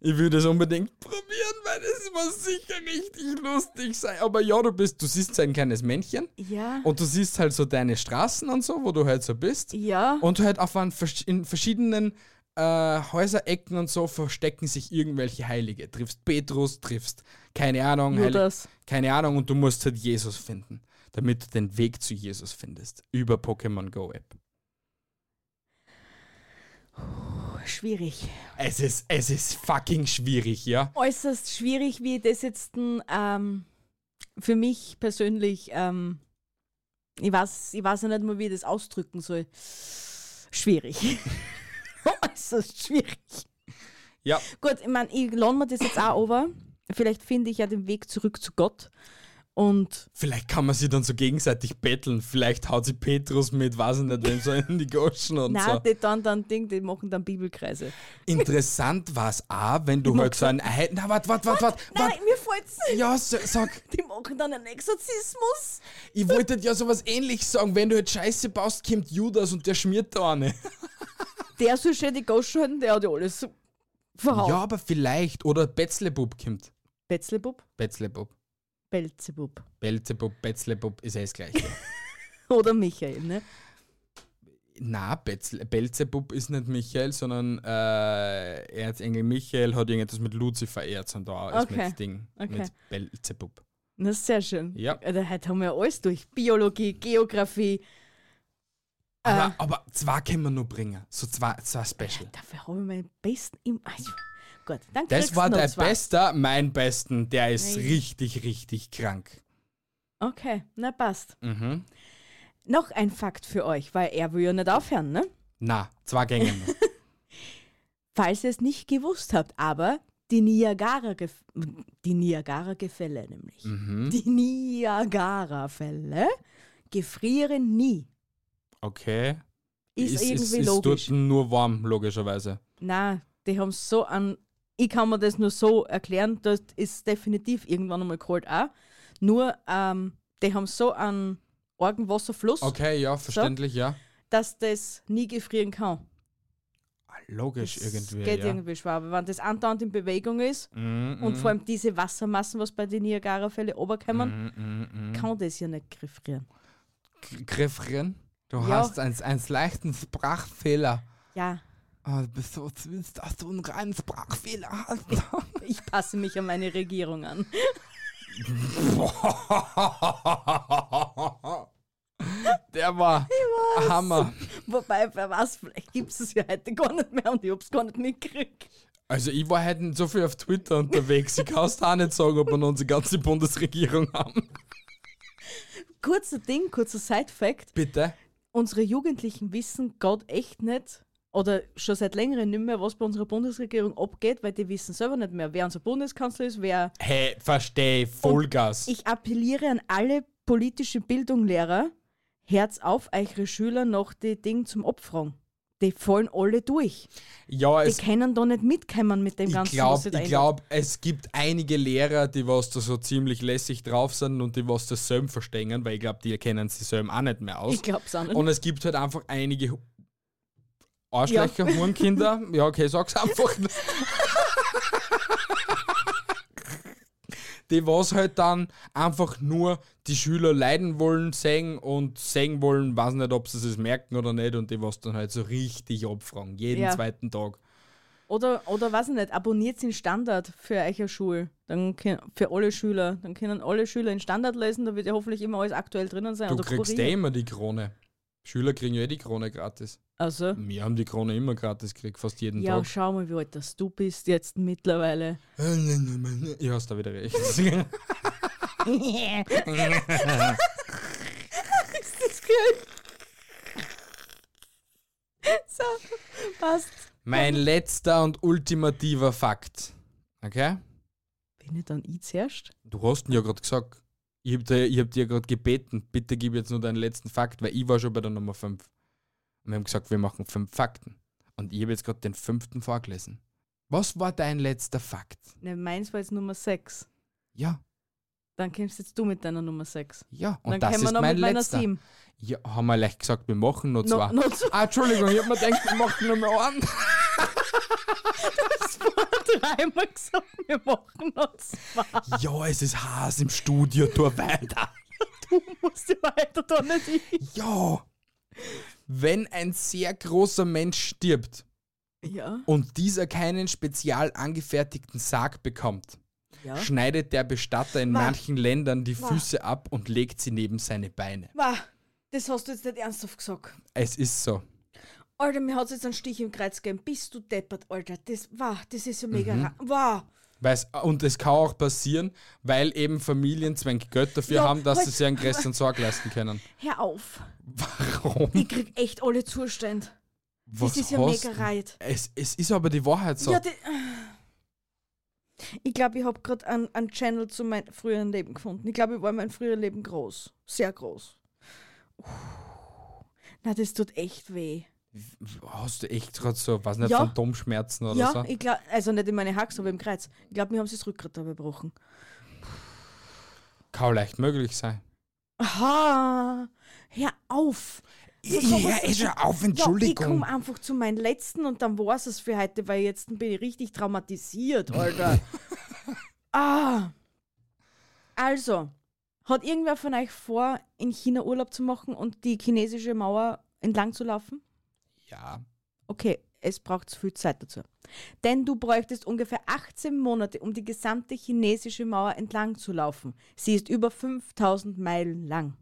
[SPEAKER 1] Ich würde es unbedingt probieren, weil es muss sicher richtig lustig sein. Aber ja, du bist, du siehst so ein kleines Männchen.
[SPEAKER 2] ja,
[SPEAKER 1] Und du siehst halt so deine Straßen und so, wo du halt so bist.
[SPEAKER 2] ja.
[SPEAKER 1] Und halt auf an, vers- in verschiedenen äh, Häuserecken und so verstecken sich irgendwelche Heilige. Triffst Petrus, triffst, keine Ahnung, Heilig-
[SPEAKER 2] Judas.
[SPEAKER 1] keine Ahnung, und du musst halt Jesus finden, damit du den Weg zu Jesus findest. Über Pokémon Go App.
[SPEAKER 2] Schwierig.
[SPEAKER 1] Es ist, es ist fucking schwierig, ja?
[SPEAKER 2] äußerst schwierig, wie ich das jetzt ähm, für mich persönlich, ähm, ich, weiß, ich weiß ja nicht mal, wie ich das ausdrücken soll. Schwierig. *laughs* äußerst schwierig.
[SPEAKER 1] Ja.
[SPEAKER 2] Gut, ich meine, ich lade mir das jetzt auch over. Vielleicht finde ich ja den Weg zurück zu Gott. Und
[SPEAKER 1] Vielleicht kann man sie dann so gegenseitig betteln. Vielleicht haut sie Petrus mit, weiß ich nicht, wem so in die Goschen und
[SPEAKER 2] nein,
[SPEAKER 1] so.
[SPEAKER 2] die dann dann Ding, die machen dann Bibelkreise.
[SPEAKER 1] Interessant war es auch, wenn du halt so ein. Ei- Na, warte, warte, warte, warte.
[SPEAKER 2] Nein,
[SPEAKER 1] warte.
[SPEAKER 2] mir fällt's.
[SPEAKER 1] Ja, so, sag,
[SPEAKER 2] Die machen dann einen Exorzismus.
[SPEAKER 1] ich wollte ja sowas ähnliches sagen. Wenn du halt Scheiße baust, kommt Judas und der schmiert da eine.
[SPEAKER 2] der soll schön die Goschen halten, der hat ja alles verhauen.
[SPEAKER 1] Ja, aber vielleicht. Oder Betzlebub kommt.
[SPEAKER 2] Betzlebub?
[SPEAKER 1] Betzlebub.
[SPEAKER 2] Belzebub.
[SPEAKER 1] Belzebub, Betzlebub ist eh das Gleiche.
[SPEAKER 2] *laughs* Oder Michael, ne?
[SPEAKER 1] Na, Betzel, Belzebub ist nicht Michael, sondern äh, Erzengel Michael hat irgendetwas mit Lucifer erz und da ist mit
[SPEAKER 2] Okay,
[SPEAKER 1] das Ding.
[SPEAKER 2] okay.
[SPEAKER 1] Mit Belzebub.
[SPEAKER 2] Na, sehr schön.
[SPEAKER 1] Ja.
[SPEAKER 2] Alter, heute haben wir alles durch. Biologie, Geografie. Äh.
[SPEAKER 1] Aber, aber zwei können wir nur bringen. So zwei, zwei Special.
[SPEAKER 2] Dafür habe ich meinen besten im. Ach, Gut, dann
[SPEAKER 1] Das
[SPEAKER 2] kriegst
[SPEAKER 1] war
[SPEAKER 2] du noch
[SPEAKER 1] der
[SPEAKER 2] zwei.
[SPEAKER 1] Beste, mein Besten. Der ist
[SPEAKER 2] Nein.
[SPEAKER 1] richtig, richtig krank.
[SPEAKER 2] Okay, na passt.
[SPEAKER 1] Mhm.
[SPEAKER 2] Noch ein Fakt für euch, weil er will ja nicht aufhören, ne?
[SPEAKER 1] Na, zwei Gänge. noch.
[SPEAKER 2] Falls ihr es nicht gewusst habt, aber die Niagara, die Niagara Gefälle nämlich.
[SPEAKER 1] Mhm.
[SPEAKER 2] Die Niagara Fälle gefrieren nie.
[SPEAKER 1] *laughs* Okay.
[SPEAKER 2] Ist,
[SPEAKER 1] ist,
[SPEAKER 2] irgendwie
[SPEAKER 1] ist
[SPEAKER 2] logisch.
[SPEAKER 1] dort nur warm, logischerweise.
[SPEAKER 2] Na, die haben so an. Ich kann mir das nur so erklären, das ist definitiv irgendwann einmal kalt auch. Nur, ähm, die haben so an Orgenwasserfluss,
[SPEAKER 1] Okay, ja, verständlich, ja.
[SPEAKER 2] dass das nie gefrieren kann.
[SPEAKER 1] Ah, Logisch
[SPEAKER 2] Das
[SPEAKER 1] irgendwie.
[SPEAKER 2] geht
[SPEAKER 1] ja.
[SPEAKER 2] irgendwie schwer. Aber wenn das andauernd in Bewegung ist
[SPEAKER 1] Mhm,
[SPEAKER 2] und
[SPEAKER 1] mhm.
[SPEAKER 2] vor allem diese Wassermassen, was bei den Niagara-Fällen runterkommen,
[SPEAKER 1] Mhm,
[SPEAKER 2] kann das ja nicht gefrieren.
[SPEAKER 1] Griffrin, du
[SPEAKER 2] Ja.
[SPEAKER 1] hast einen, einen leichten Sprachfehler.
[SPEAKER 2] Ja,
[SPEAKER 1] Ah, du bist so süß, dass du einen reinen Sprachfehler hast. *laughs*
[SPEAKER 2] ich passe mich an meine Regierung an.
[SPEAKER 1] Der war Hammer.
[SPEAKER 2] Wobei, wer weiß, vielleicht gibt es es ja heute gar nicht mehr und ich hab's gar nicht mitgekriegt.
[SPEAKER 1] Also ich war heute nicht so viel auf Twitter unterwegs. Ich kann es da auch nicht sagen, ob wir noch unsere ganze Bundesregierung haben.
[SPEAKER 2] Kurzer Ding, kurzer Side-Fact.
[SPEAKER 1] Bitte?
[SPEAKER 2] unsere Jugendlichen wissen Gott echt nicht oder schon seit längerem nicht mehr, was bei unserer Bundesregierung abgeht, weil die wissen selber nicht mehr, wer unser Bundeskanzler ist, wer.
[SPEAKER 1] Hey, verstehe, Vollgas.
[SPEAKER 2] Ich appelliere an alle politische Bildunglehrer, Herz auf, eure Schüler noch die Dinge zum Opfern. Die fallen alle durch.
[SPEAKER 1] ja,
[SPEAKER 2] Die
[SPEAKER 1] es,
[SPEAKER 2] können da nicht mitkommen mit dem
[SPEAKER 1] ich
[SPEAKER 2] Ganzen, was
[SPEAKER 1] glaube,
[SPEAKER 2] sie da
[SPEAKER 1] ich
[SPEAKER 2] ändern.
[SPEAKER 1] glaub, es gibt einige Lehrer, die was da so ziemlich lässig drauf sind und die was das Söm verstehen, weil ich glaube, die kennen sich Söm auch nicht mehr aus.
[SPEAKER 2] Ich glaub's auch nicht.
[SPEAKER 1] Und es gibt halt einfach einige Hu-
[SPEAKER 2] *laughs*
[SPEAKER 1] Arschlöcher, Hurenkinder. Ja, okay, sag's einfach. die was halt dann einfach nur die Schüler leiden wollen, sehen und sehen wollen, weiß nicht, ob sie es merken oder nicht und die was dann halt so richtig abfragen, jeden
[SPEAKER 2] Ja.
[SPEAKER 1] zweiten Tag.
[SPEAKER 2] Oder, oder weiß ich nicht, abonniert den Standard für eure Schule. Dann kö- für alle Schüler. Dann können alle Schüler den Standard lesen, da wird ja hoffentlich immer alles aktuell drinnen sein.
[SPEAKER 1] Du
[SPEAKER 2] oder
[SPEAKER 1] kriegst eh
[SPEAKER 2] kurier.
[SPEAKER 1] immer die Krone. Schüler kriegen ja eh die Krone gratis.
[SPEAKER 2] Also,
[SPEAKER 1] Wir haben die Krone immer gratis gekriegt, fast jeden
[SPEAKER 2] ja,
[SPEAKER 1] Tag.
[SPEAKER 2] schau mal, wie alt das du bist jetzt
[SPEAKER 1] *laughs*
[SPEAKER 2] mittlerweile.
[SPEAKER 1] Ich hast da wieder recht. *laughs*
[SPEAKER 2] Ist das geil? so, passt.
[SPEAKER 1] Mein letzter und ultimativer Fakt. Okay?
[SPEAKER 2] Bin ich dann ich zuerst?
[SPEAKER 1] Du hast ihn ja gerade gesagt. Ich hab dir, ich hab dir gerade gebeten, bitte gib jetzt nur deinen letzten Fakt, weil ich war schon bei der Nummer 5. Und wir haben gesagt, wir machen fünf Fakten. Und ich habe jetzt gerade den fünften vorgelesen. Was war dein letzter Fakt?
[SPEAKER 2] Ne, meins war jetzt Nummer 6.
[SPEAKER 1] Ja,
[SPEAKER 2] Dann kommst jetzt du mit deiner Nummer 6.
[SPEAKER 1] ja. Und
[SPEAKER 2] Dann
[SPEAKER 1] das
[SPEAKER 2] kommen wir
[SPEAKER 1] ist
[SPEAKER 2] noch
[SPEAKER 1] mein
[SPEAKER 2] mit meiner
[SPEAKER 1] letzter.
[SPEAKER 2] *laughs* 7.
[SPEAKER 1] Ja, haben wir leicht gesagt, wir machen noch zwei.
[SPEAKER 2] No, noch zwei.
[SPEAKER 1] Ah, Entschuldigung, ich hab mir gedacht, wir machen nur mehr einen.
[SPEAKER 2] Dreimal gesagt, wir machen noch zwei.
[SPEAKER 1] *laughs* Ja, es ist heiß im Studio, tu weiter.
[SPEAKER 2] Du musst ja weiter da nicht hin.
[SPEAKER 1] Ja. Wenn ein sehr großer Mensch stirbt
[SPEAKER 2] Ja.
[SPEAKER 1] und dieser keinen spezial angefertigten Sarg bekommt,
[SPEAKER 2] Ja.
[SPEAKER 1] schneidet der Bestatter in
[SPEAKER 2] Wah.
[SPEAKER 1] manchen Ländern die
[SPEAKER 2] Wah.
[SPEAKER 1] Füße ab und legt sie neben seine Beine.
[SPEAKER 2] Ma, das hast du jetzt nicht ernsthaft gesagt.
[SPEAKER 1] Es ist so.
[SPEAKER 2] Alter, mir hat's jetzt einen Stich im Kreuz gegeben. Bist du deppert, Alter? Das war, das ist ja
[SPEAKER 1] Mhm.
[SPEAKER 2] mega. ra- Wow.
[SPEAKER 1] Weil's, und es kann auch passieren, weil eben Familienzwänge Geld dafür
[SPEAKER 2] Ja,
[SPEAKER 1] haben, dass
[SPEAKER 2] was-
[SPEAKER 1] sie sich einen größeren Sorg leisten *laughs* können.
[SPEAKER 2] Hör auf.
[SPEAKER 1] Warum?
[SPEAKER 2] *laughs* Ich krieg echt alle Zustände.
[SPEAKER 1] Was
[SPEAKER 2] ist ja
[SPEAKER 1] hast
[SPEAKER 2] mega
[SPEAKER 1] du?
[SPEAKER 2] reit.
[SPEAKER 1] Es, es ist aber die Wahrheit so.
[SPEAKER 2] Ja, die, ich glaube, ich habe gerade einen, einen Channel zu meinem früheren Leben gefunden. Ich glaube, ich war mein früheres Leben groß. Sehr groß. Na, das tut echt weh.
[SPEAKER 1] Hast du echt gerade so, weiß nicht,
[SPEAKER 2] Ja.
[SPEAKER 1] Phantomschmerzen oder
[SPEAKER 2] ja,
[SPEAKER 1] so?
[SPEAKER 2] ich glaube, also nicht in meine Haxe, aber im Kreuz. Ich glaube, mir haben sie das Rückgrat dabei gebrochen.
[SPEAKER 1] Kann leicht möglich sein.
[SPEAKER 2] Aha, hör auf.
[SPEAKER 1] Ja, eh schon auf,
[SPEAKER 2] Ja, ich
[SPEAKER 1] Entschuldigung.
[SPEAKER 2] komme einfach zu meinem letzten und dann war es für heute, weil jetzt bin ich richtig traumatisiert,
[SPEAKER 1] *laughs*
[SPEAKER 2] Alter. ah. Also, hat irgendwer von euch vor, in China Urlaub zu machen und die chinesische Mauer entlang zu laufen?
[SPEAKER 1] Ja.
[SPEAKER 2] Okay, es braucht zu viel Zeit dazu. Denn du bräuchtest ungefähr 18 Monate, um die gesamte chinesische Mauer entlang zu laufen. Sie ist über 5000 Meilen lang.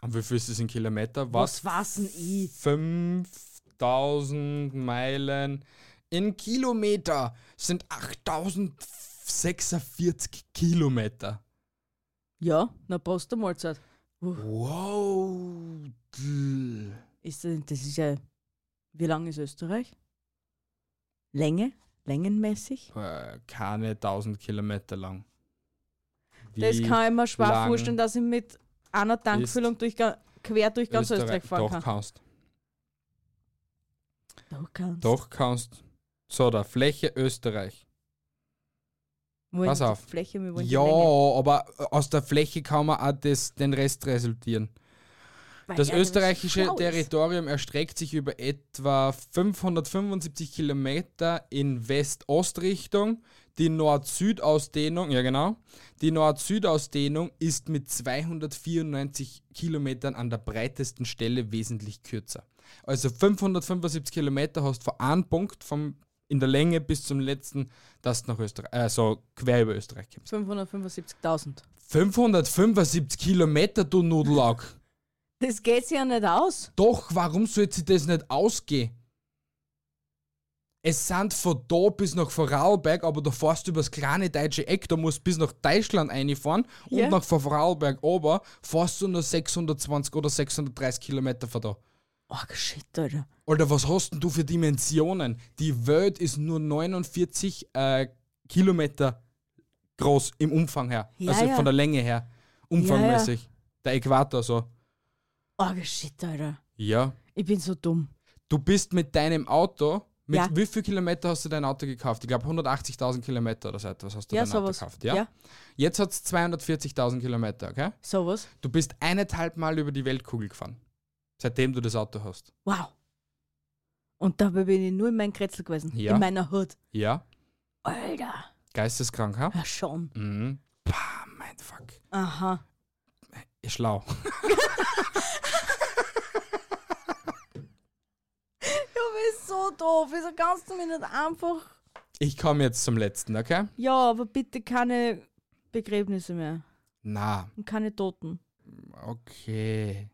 [SPEAKER 1] Und wie viel ist das in Kilometer? Was?
[SPEAKER 2] war's denn ich?
[SPEAKER 1] 5000 Meilen in Kilometer sind 8046 Kilometer.
[SPEAKER 2] Ja, na Prost der Mahlzeit.
[SPEAKER 1] Wow. dl.
[SPEAKER 2] Ist das, das ist ja. Wie lang ist Österreich? Länge? Längenmäßig?
[SPEAKER 1] Äh, Keine 1000 Kilometer lang.
[SPEAKER 2] das
[SPEAKER 1] Wie
[SPEAKER 2] kann ich mir schwer
[SPEAKER 1] lang
[SPEAKER 2] vorstellen, dass ich mit einer Tankfüllung durch, ga- quer durch ganz Österreich,
[SPEAKER 1] Doch
[SPEAKER 2] fahren kann.
[SPEAKER 1] kannst.
[SPEAKER 2] Doch, kannst.
[SPEAKER 1] Doch kannst. So, da Fläche Österreich.
[SPEAKER 2] Wir wollen
[SPEAKER 1] pass
[SPEAKER 2] die
[SPEAKER 1] auf.
[SPEAKER 2] Fläche, wir wollen die
[SPEAKER 1] Ja,
[SPEAKER 2] Länge.
[SPEAKER 1] aber aus der Fläche kann man auch das, den Rest resultieren.
[SPEAKER 2] Weil
[SPEAKER 1] Das
[SPEAKER 2] er nämlich
[SPEAKER 1] österreichische
[SPEAKER 2] schlau ist.
[SPEAKER 1] Territorium erstreckt sich über etwa 575 Kilometer in West-Ost-Richtung. Die Nord-Süd-Ausdehnung, ja genau, die Nord-Süd-Ausdehnung ist mit 294 Kilometern an der breitesten Stelle wesentlich kürzer. Also 575 Kilometer hast von einem Punkt vom, in der Länge bis zum letzten, dass du nach Österreich, also quer über Österreich kommst.
[SPEAKER 2] 575.000.
[SPEAKER 1] 575 Kilometer, du Nudelaug!
[SPEAKER 2] Das geht sich ja nicht aus.
[SPEAKER 1] Doch, warum sollte sie das nicht ausgehen? Es sind von da bis nach Vorarlberg, aber da fährst du übers kleine deutsche Eck, da musst du bis nach Deutschland einfahren und
[SPEAKER 2] Ja.
[SPEAKER 1] nach Vorarlberg ober fährst du nur 620 oder 630 Kilometer von da.
[SPEAKER 2] Oh, shit, Alter.
[SPEAKER 1] Alter, was hast denn du für Dimensionen? Die Welt ist nur 49 äh, Kilometer groß im Umfang her,
[SPEAKER 2] Ja,
[SPEAKER 1] also
[SPEAKER 2] ja.
[SPEAKER 1] von der Länge her, umfangmäßig. Der Äquator so.
[SPEAKER 2] Oh, shit, Alter.
[SPEAKER 1] Ja.
[SPEAKER 2] Ich bin so dumm.
[SPEAKER 1] Du bist mit deinem Auto, mit
[SPEAKER 2] Ja.
[SPEAKER 1] wie viel Kilometer hast du dein Auto gekauft? Ich glaube 180.000 Kilometer oder so etwas hast du
[SPEAKER 2] ja,
[SPEAKER 1] dein Auto
[SPEAKER 2] sowas.
[SPEAKER 1] gekauft. Ja? Jetzt hat es 240.000 Kilometer, okay?
[SPEAKER 2] sowas.
[SPEAKER 1] Du bist eineinhalb Mal über die Weltkugel gefahren, seitdem du das Auto hast.
[SPEAKER 2] Wow. Und dabei bin ich nur in meinem Kretzel gewesen.
[SPEAKER 1] Ja.
[SPEAKER 2] In meiner Hut.
[SPEAKER 1] Ja?
[SPEAKER 2] Alter.
[SPEAKER 1] Geisteskrank, ha?
[SPEAKER 2] Ja, schon.
[SPEAKER 1] Mhm. Pah, mein Fuck.
[SPEAKER 2] Aha.
[SPEAKER 1] Ihr Schlau. *laughs*
[SPEAKER 2] Du bist so doof. Wieso kannst du mir nicht einfach.
[SPEAKER 1] Ich komme jetzt zum letzten, okay?
[SPEAKER 2] Ja, aber bitte keine Begräbnisse mehr.
[SPEAKER 1] Na,
[SPEAKER 2] Und keine Toten.
[SPEAKER 1] okay.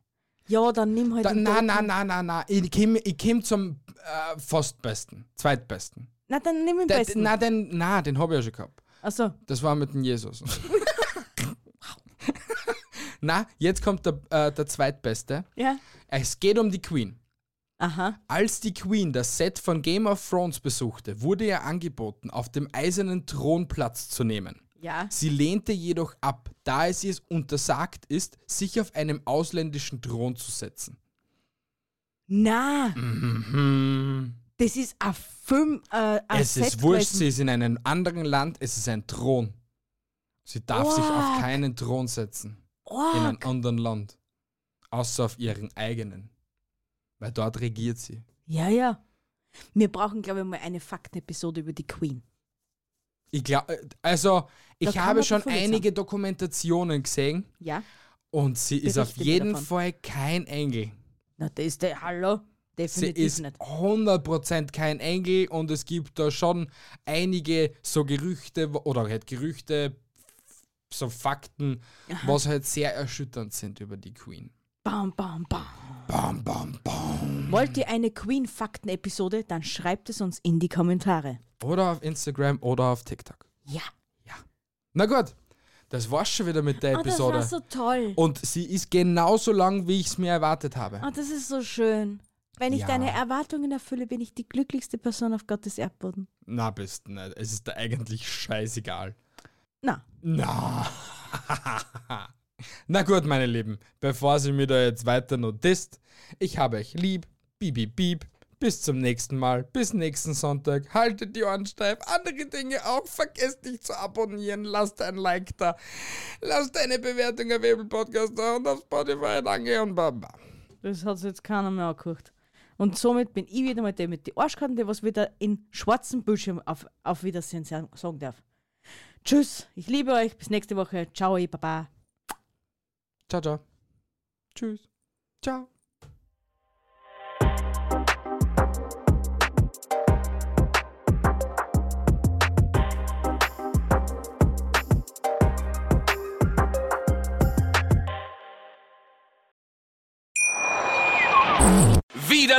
[SPEAKER 2] Ja, dann nimm halt.
[SPEAKER 1] Da,
[SPEAKER 2] den
[SPEAKER 1] na,
[SPEAKER 2] Toten.
[SPEAKER 1] na, na, na, na. Ich komme ich komm zum äh, fastbesten, zweitbesten.
[SPEAKER 2] Na, dann nimm ihn
[SPEAKER 1] Der-
[SPEAKER 2] besten.
[SPEAKER 1] Na, den, na, den habe ich ja schon gehabt.
[SPEAKER 2] Achso.
[SPEAKER 1] Das war mit dem Jesus. Na, jetzt kommt der, äh, der zweitbeste.
[SPEAKER 2] Ja.
[SPEAKER 1] Es geht um die Queen.
[SPEAKER 2] Aha.
[SPEAKER 1] Als die Queen das Set von Game of Thrones besuchte, wurde ihr angeboten, auf dem eisernen Thron Platz zu nehmen.
[SPEAKER 2] Ja.
[SPEAKER 1] Sie lehnte jedoch ab, da es ihr untersagt ist, sich auf einem ausländischen Thron zu setzen.
[SPEAKER 2] Na, das ist ein Film. Äh, ein
[SPEAKER 1] Mhm. es ist
[SPEAKER 2] Set
[SPEAKER 1] wurscht,
[SPEAKER 2] gewesen.
[SPEAKER 1] sie ist in einem anderen Land, es ist ein Thron. Sie darf sich auf
[SPEAKER 2] Org.
[SPEAKER 1] keinen Thron setzen. in
[SPEAKER 2] Oh,
[SPEAKER 1] einem anderen Land. Außer auf ihren eigenen. Weil dort regiert sie.
[SPEAKER 2] ja, ja. Wir brauchen, glaube ich, mal eine Faktenepisode über die Queen.
[SPEAKER 1] Ich glaube, also
[SPEAKER 2] Da
[SPEAKER 1] ich
[SPEAKER 2] kann
[SPEAKER 1] habe
[SPEAKER 2] man
[SPEAKER 1] schon
[SPEAKER 2] davon
[SPEAKER 1] einige Dokumentationen gesehen
[SPEAKER 2] Ja?
[SPEAKER 1] und sie ist auf
[SPEAKER 2] Berichte mir
[SPEAKER 1] jeden
[SPEAKER 2] davon.
[SPEAKER 1] Fall kein Engel.
[SPEAKER 2] Na, das ist der Hallo.
[SPEAKER 1] Sie
[SPEAKER 2] Definitiv
[SPEAKER 1] ist
[SPEAKER 2] nicht.
[SPEAKER 1] 100% kein Engel und es gibt da schon einige so Gerüchte wo- oder halt Gerüchte, so Fakten, was halt sehr erschütternd sind über die Queen.
[SPEAKER 2] Bam, bam, bam.
[SPEAKER 1] Bam, bam, bam.
[SPEAKER 2] Wollt ihr eine Queen-Fakten-Episode? Dann schreibt es uns in die Kommentare.
[SPEAKER 1] Oder auf Instagram oder auf TikTok.
[SPEAKER 2] Ja.
[SPEAKER 1] Na gut, das war's schon wieder mit
[SPEAKER 2] Ah, Oh,
[SPEAKER 1] der Episode. Oh.
[SPEAKER 2] toll.
[SPEAKER 1] und sie ist genauso lang, wie ich es mir erwartet habe.
[SPEAKER 2] Oh, das ist so schön. Wenn ich
[SPEAKER 1] Ja.
[SPEAKER 2] deine Erwartungen erfülle, bin ich die glücklichste Person auf Gottes Erdboden.
[SPEAKER 1] Na, bist nicht. Es ist da eigentlich scheißegal.
[SPEAKER 2] Na,
[SPEAKER 1] Na. *laughs* Na gut, meine Lieben, bevor sie mir da jetzt weiter notizt, ich habe euch lieb. Bieb, bieb, bieb. Bis zum nächsten Mal. Bis nächsten Sonntag. Haltet die Ohren steif. Andere Dinge auch. Vergesst nicht zu abonnieren. Lasst ein Like da. Lasst eine Bewertung auf Apple Podcast da und auf Spotify. Danke und baba.
[SPEAKER 2] Das hat sich jetzt keiner mehr angeguckt. Und somit bin ich wieder mal der mit den Arschkarten, der was wieder in schwarzen Bildschirm auf, auf Wiedersehen sa- sagen darf. Tschüss, ich liebe euch, bis nächste Woche. Ciao, ihr Baba.
[SPEAKER 1] Ciao, ciao. Tschüss. Ciao.
[SPEAKER 3] Wieder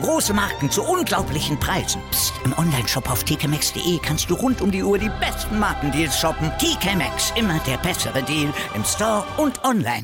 [SPEAKER 4] große Marken zu unglaublichen Preisen. Psst. im Onlineshop auf tkmaxx.de kannst du rund um die Uhr die besten Markendeals shoppen. TK Maxx, immer der bessere Deal im Store und online.